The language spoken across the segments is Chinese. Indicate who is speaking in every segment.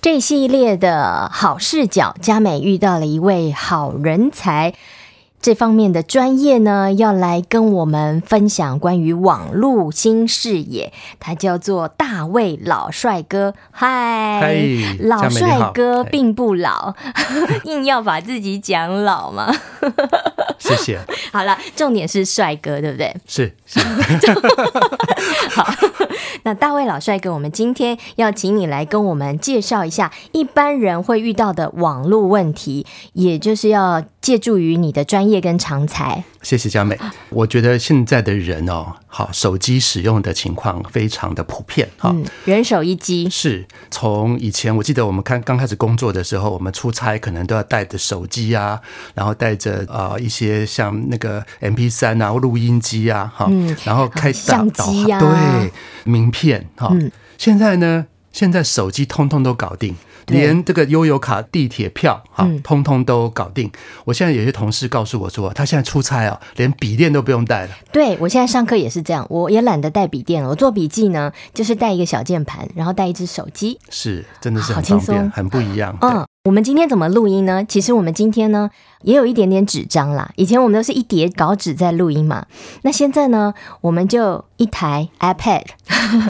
Speaker 1: 这系列的好视角，佳美遇到了一位好人才。这方面的专业呢，要来跟我们分享关于网络新视野。他叫做大卫老帅哥，嗨，
Speaker 2: 嗨
Speaker 1: 哎老
Speaker 2: 佳美你好哎
Speaker 1: 帅哥
Speaker 2: 嗨
Speaker 1: 并不 老，硬要把自己讲老嘛。
Speaker 2: 谢谢，
Speaker 1: 好了，重点是帅哥，对不对？
Speaker 2: 是是，
Speaker 1: 那大卫老帅哥，我们今天要请你来跟我们介绍一下一般人会遇到的网络问题，也就是要借助于你的专业跟常才。
Speaker 2: 谢谢佳美。我觉得现在的人哦，好，手机使用的情况非常的普遍哈、
Speaker 1: 嗯，人手一机，
Speaker 2: 是从以前，我记得我们看刚开始工作的时候，我们出差可能都要带着手机啊，然后带着呃一些像那个 M P 三啊、录音机啊，哈、然后开导
Speaker 1: 嗯相
Speaker 2: 导
Speaker 1: 机啊嗯
Speaker 2: 航
Speaker 1: 呀
Speaker 2: 对，名片哈、现在呢，现在手机通通都搞定，
Speaker 1: 对嗯
Speaker 2: 连这个悠游卡、地铁票哈、通通都搞定。我现在有些同事告诉我说，他现在出差啊，连笔电都不用带了。
Speaker 1: 对我现在上课也是这样，我也懒得带笔电了。我做笔记呢，就是带一个小键盘，然后带一只手机。
Speaker 2: 是，真的是
Speaker 1: 好
Speaker 2: 很
Speaker 1: 轻
Speaker 2: 方
Speaker 1: 松
Speaker 2: 便，很不一样。对
Speaker 1: 嗯，我们今天怎么录音呢？其实我们今天呢也有一点点纸张啦。以前我们都是一叠稿纸在录音嘛，那现在呢，我们就一台 iPad，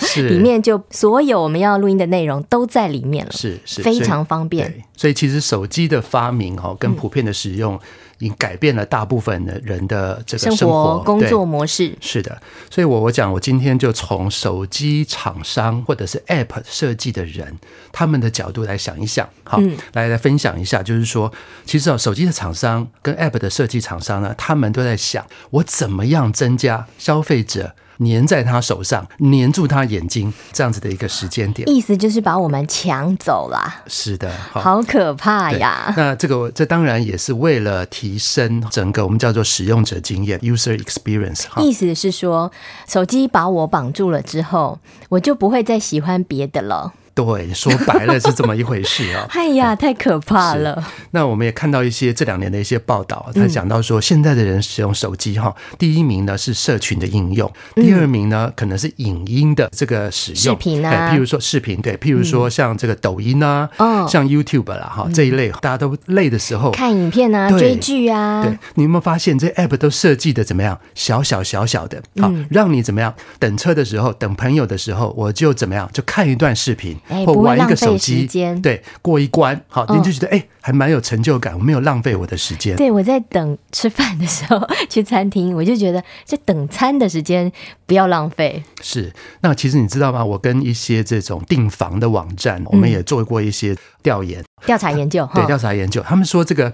Speaker 2: 是
Speaker 1: 里面就所有我们要录音的内容都在里面了，
Speaker 2: 是是
Speaker 1: 非
Speaker 2: 所以
Speaker 1: 常方便。
Speaker 2: 对，所以其实手机的发明哈、哦，
Speaker 1: 嗯
Speaker 2: 跟普遍的使用，已经改变了大部分的人的这个
Speaker 1: 生
Speaker 2: 活
Speaker 1: 活、工
Speaker 2: 对
Speaker 1: 作模式，
Speaker 2: 是的，所以我我讲，我今天就从手机厂商或者是 App 设计的人他们的角度来想一想，好，
Speaker 1: 嗯
Speaker 2: 来来分享一下，就是说，其实啊、手机的厂商跟 App 的设计厂商呢，他们都在想，我怎么样增加消费者粘在他手上、粘住他眼睛这样子的一个时间点。
Speaker 1: 意思就是把我们抢走啦，
Speaker 2: 是的，
Speaker 1: 好可怕
Speaker 2: 对
Speaker 1: 哎呀！
Speaker 2: 那这个这当然也是为了提升整个我们叫做使用者经验 （user experience） 哈。
Speaker 1: 意思是说，手机把我绑住了之后，我就不会再喜欢别的了。
Speaker 2: 对，说白了是这么一回事 啊、
Speaker 1: 哎呀，太可怕了！
Speaker 2: 那我们也看到一些这两年的一些报道，他讲到说，现在的人使用手机哈，第一名呢是社群的应用，第二名呢可能是影音的这个使
Speaker 1: 嗯视
Speaker 2: 用，
Speaker 1: 频啊
Speaker 2: 哎譬如说视频，对，譬如说像这个抖音啊，
Speaker 1: 嗯
Speaker 2: 像 YouTube 啦哈这一类，大家都累的时候。
Speaker 1: 看影片啊，
Speaker 2: 哦对
Speaker 1: 追剧啊
Speaker 2: 对，，你有没有发现这 app 都设计的怎么样？小小小小的，
Speaker 1: 嗯
Speaker 2: 好、让你怎么样？等车的时候，等朋友的时候，我就怎么样？就看一段视频，
Speaker 1: 哎
Speaker 2: 或
Speaker 1: 不会
Speaker 2: 玩一个
Speaker 1: 浪费
Speaker 2: 手
Speaker 1: 时
Speaker 2: 机
Speaker 1: 间，
Speaker 2: 对，过一关，好，
Speaker 1: 嗯
Speaker 2: 你就觉得哎、还蛮有成就感，我没有浪费我的时间。
Speaker 1: 对我在等吃饭的时候去餐厅，我就觉得这等餐的时间不要浪费。
Speaker 2: 是，那其实你知道吗？我跟一些这种订房的网站，
Speaker 1: 嗯
Speaker 2: 我们也做过一些调研，
Speaker 1: 调查研究
Speaker 2: 对
Speaker 1: 哈，
Speaker 2: 调查研究，他们说这个。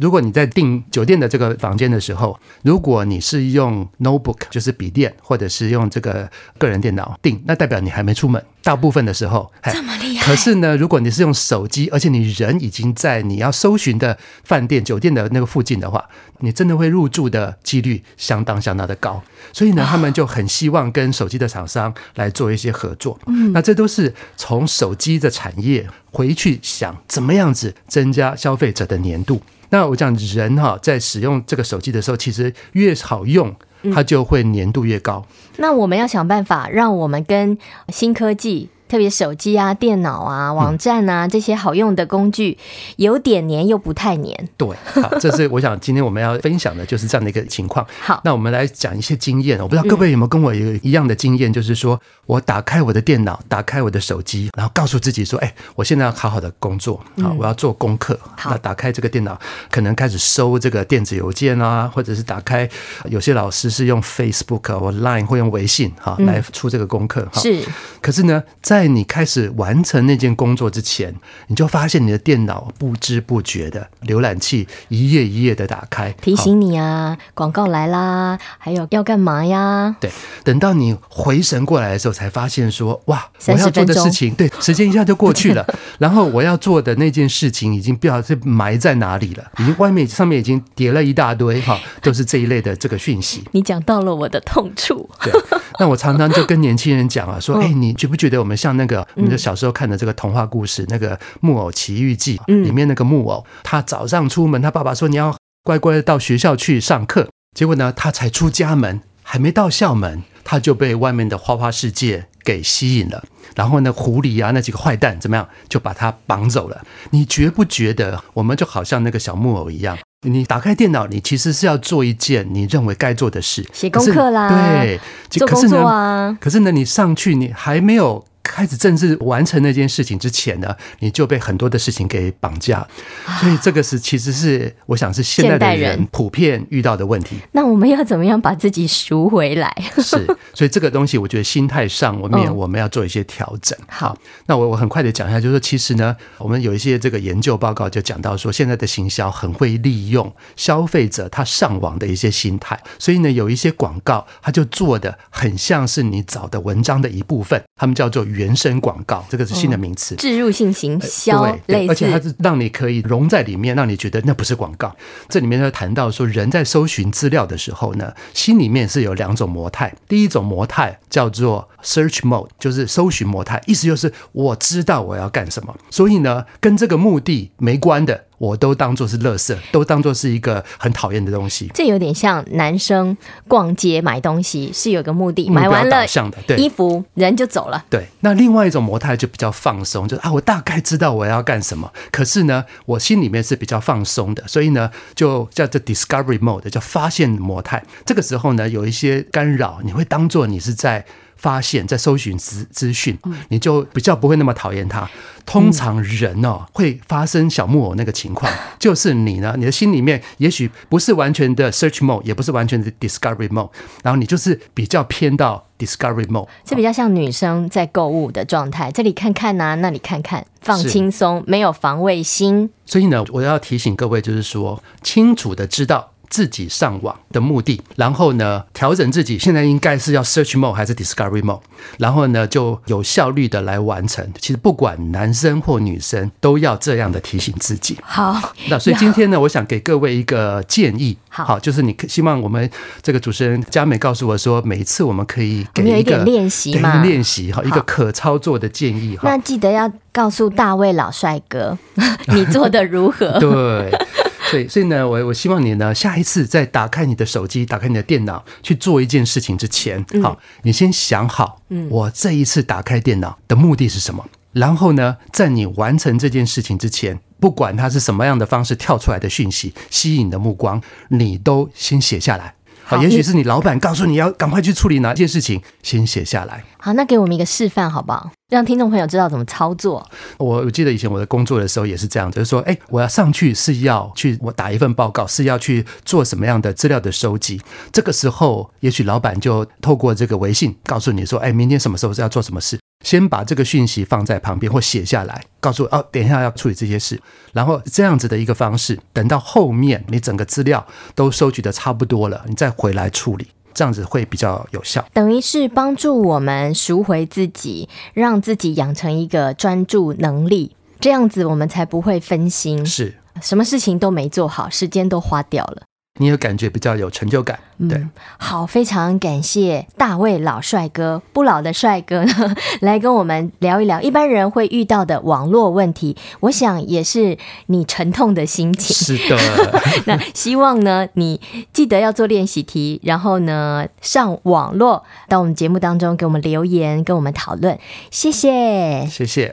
Speaker 2: 如果你在订酒店的这个房间的时候，如果你是用 notebook，就是笔电，或者是用这个个人电脑订，那代表你还没出门。大部分的时候，哎
Speaker 1: 这么 厉害
Speaker 2: 可是呢，如果你是用手机，而且你人已经在你要搜寻的饭店、酒店的那个附近的话，你真的会入住的几率相当相当的高。所以呢，他们就很希望跟手机的厂商来做一些合作。嗯，那这都是从手机的产业回去想怎么样子增加消费者的粘度。那我讲人哈、在使用这个手机的时候，其实越好用，它就会粘度越高。
Speaker 1: 那我们要想办法，让我们跟新科技，特别手机啊、电脑啊、网站啊这些好用的工具，有点黏又不太黏。
Speaker 2: 对，好，这是我想今天我们要分享的就是这样的一个情况。
Speaker 1: 好
Speaker 2: 那我们来讲一些经验。我不知道各位有没有跟我有一样的经验，就是说我打开我的电脑，打开我的手机，然后告诉自己说：“哎，我现在要好好的工作，好，我要做功课。”
Speaker 1: 嗯好
Speaker 2: 那打开这个电脑，可能开始收这个电子邮件啊，或者是打开有些老师是用 Facebook 啊或 Line 或用微信哈来出这个功课哈。
Speaker 1: 嗯是
Speaker 2: 可是呢，在你开始完成那件工作之前，你就发现你的电脑不知不觉的浏览器一页一页的打开，
Speaker 1: 提
Speaker 2: 好。
Speaker 1: 醒你啊，广告来啦，还有要干嘛呀？
Speaker 2: 对，等到你回神过来的时候，才发现说，哇，我
Speaker 1: 30
Speaker 2: 要做
Speaker 1: 分
Speaker 2: 的
Speaker 1: 钟
Speaker 2: 事情，对，时间一下就过去了。 然后我要做的那件事情，已经不知道是埋在哪里了，已经外面上面已经叠了一大堆哈，都是这一类的这个讯息。
Speaker 1: 你讲到了我的痛处。
Speaker 2: 对， 那我常常就跟年轻人讲啊，
Speaker 1: 嗯
Speaker 2: 说，哎、你觉不觉得我们像那个我们的小时候看的这个童话故事，那个《木偶奇遇记》
Speaker 1: 嗯
Speaker 2: 里面那个木偶，他早上出门，他爸爸说你要乖乖的到学校去上课，结果呢，他才出家门，还没到校门，他就被外面的花花世界给吸引了。然后呢，狐狸啊那几个坏蛋怎么样，就把它绑走了。你觉不觉得我们就好像那个小木偶一样？你打开电脑，你其实是要做一件你认为该做的事，
Speaker 1: 写功课啦
Speaker 2: 可是对，就
Speaker 1: 做工作啊
Speaker 2: 可是呢，可是呢，你上去，你还没有开始正式完成那件事情之前呢，你就被很多的事情给绑架。所以这个是其实是我想是现代
Speaker 1: 啊现代
Speaker 2: 的人
Speaker 1: 人
Speaker 2: 普遍遇到的问题。
Speaker 1: 那我们要怎么样把自己赎回来？
Speaker 2: 是，所以这个东西，我觉得心态上我们也
Speaker 1: 嗯
Speaker 2: 我们要做一些调整。
Speaker 1: 好，
Speaker 2: 那我我很快的讲一下，就是说，其实呢，我们有一些这个研究报告就讲到说，现在的行销很会利用消费者他上网的一些心态，所以呢，有一些广告它就做的很像是你找的文章的一部分，他们叫做原生广告，这个是新
Speaker 1: 嗯
Speaker 2: 的名词。
Speaker 1: 置入性行销
Speaker 2: 对哎对，
Speaker 1: 类
Speaker 2: 而且它
Speaker 1: 似，
Speaker 2: 是让你可以融在里面，让你觉得那不是广告。这里面就谈到说，人在搜寻资料的时候呢，心里面是有两种模态。第一种模态叫做 search mode，就是搜寻模态，意思就是我知道我要干什么，所以呢，跟这个目的没关的。我都当做是垃圾，都当做是一个很讨厌的东西，
Speaker 1: 这有点像男生逛街买东西是有个目的，
Speaker 2: 目
Speaker 1: 买
Speaker 2: 标
Speaker 1: 完了
Speaker 2: 导向的，对，
Speaker 1: 衣服人就走了。
Speaker 2: 对，那另外一种模态就比较放松，就是啊，我大概知道我要干什么，可是呢，我心里面是比较放松的，所以呢，就叫做 discovery mode，叫发现模态。这个时候呢，有一些干扰，你会当做你是在。发现，在搜寻资资讯，你就比较不会那么讨厌它。通常人哦会发生小木偶那个情况， 就是你呢，你的心里面也许不是完全的 search mode，也不是完全的 discovery mode，然后你就是比较偏到 discovery mode。
Speaker 1: 这比较像女生在购物的状态，这里看看呐、那里看看，放
Speaker 2: 是
Speaker 1: 轻松，没有防卫心。
Speaker 2: 所以呢，我要提醒各位，就是说清楚的知道自己上网的目的，然后呢，调整自己现在应该是要 search mode 还是 discovery mode，然后呢，就有效率的来完成。其实不管男生或女生，都要这样的提醒自己。
Speaker 1: 好，
Speaker 2: 那所以今天呢，我想给各位一个建议，
Speaker 1: 好
Speaker 2: 就是你希望我们这个主持人佳美告诉我说，每一次我们可以
Speaker 1: 我
Speaker 2: 给
Speaker 1: 们有
Speaker 2: 一
Speaker 1: 一
Speaker 2: 个
Speaker 1: 点练习
Speaker 2: 对
Speaker 1: 嘛。
Speaker 2: 练习哈，一个
Speaker 1: 好
Speaker 2: 可操作的建议哈。
Speaker 1: 那记得要告诉大卫老帅哥， 你做的如 何？
Speaker 2: 对，所以所以呢，我我希望你呢，下一次在打开你的手机、打开你的电脑去做一件事情之前，
Speaker 1: 嗯
Speaker 2: 好，你先想好，我这一次打开电脑的目的是什么。然后呢，在你完成这件事情之前，不管它是什么样的方式跳出来的讯息吸引你的目光，你都先写下来。好，
Speaker 1: 好
Speaker 2: 也许
Speaker 1: 你
Speaker 2: 是你老板告诉你要赶快去处理哪件事情，先写下来。
Speaker 1: 好，那给我们一个示范好不好？让听众朋友知道怎么操作。
Speaker 2: 我我记得以前我的工作的时候也是这样，就是说，哎，我要上去是要去我打一份报告，是要去做什么样的资料的收集。这个时候，也许老板就透过这个微信告诉你说，哎，明天什么时候是要做什么事。先把这个讯息放在旁边或写下来，告诉我哦，等一下要处理这些事，然后这样子的一个方式，等到后面你整个资料都收集的差不多了，你再回来处理，这样子会比较有效。
Speaker 1: 等于是帮助我们赎回自己，让自己养成一个专注能力，这样子我们才不会分心，
Speaker 2: 是
Speaker 1: 什么事情都没做好，时间都花掉了。
Speaker 2: 你有感觉比较有成就感，对。
Speaker 1: 好，非常感谢大卫老帅哥，不老的帅哥呢， 来跟我们聊一聊一般人会遇到的网络问题。我想也是你沉痛的心情。
Speaker 2: 是的，
Speaker 1: 那希望呢，你记得要做练习题，然后呢上网络到我们节目当中给我们留言，跟我们讨论。谢谢。
Speaker 2: 谢谢。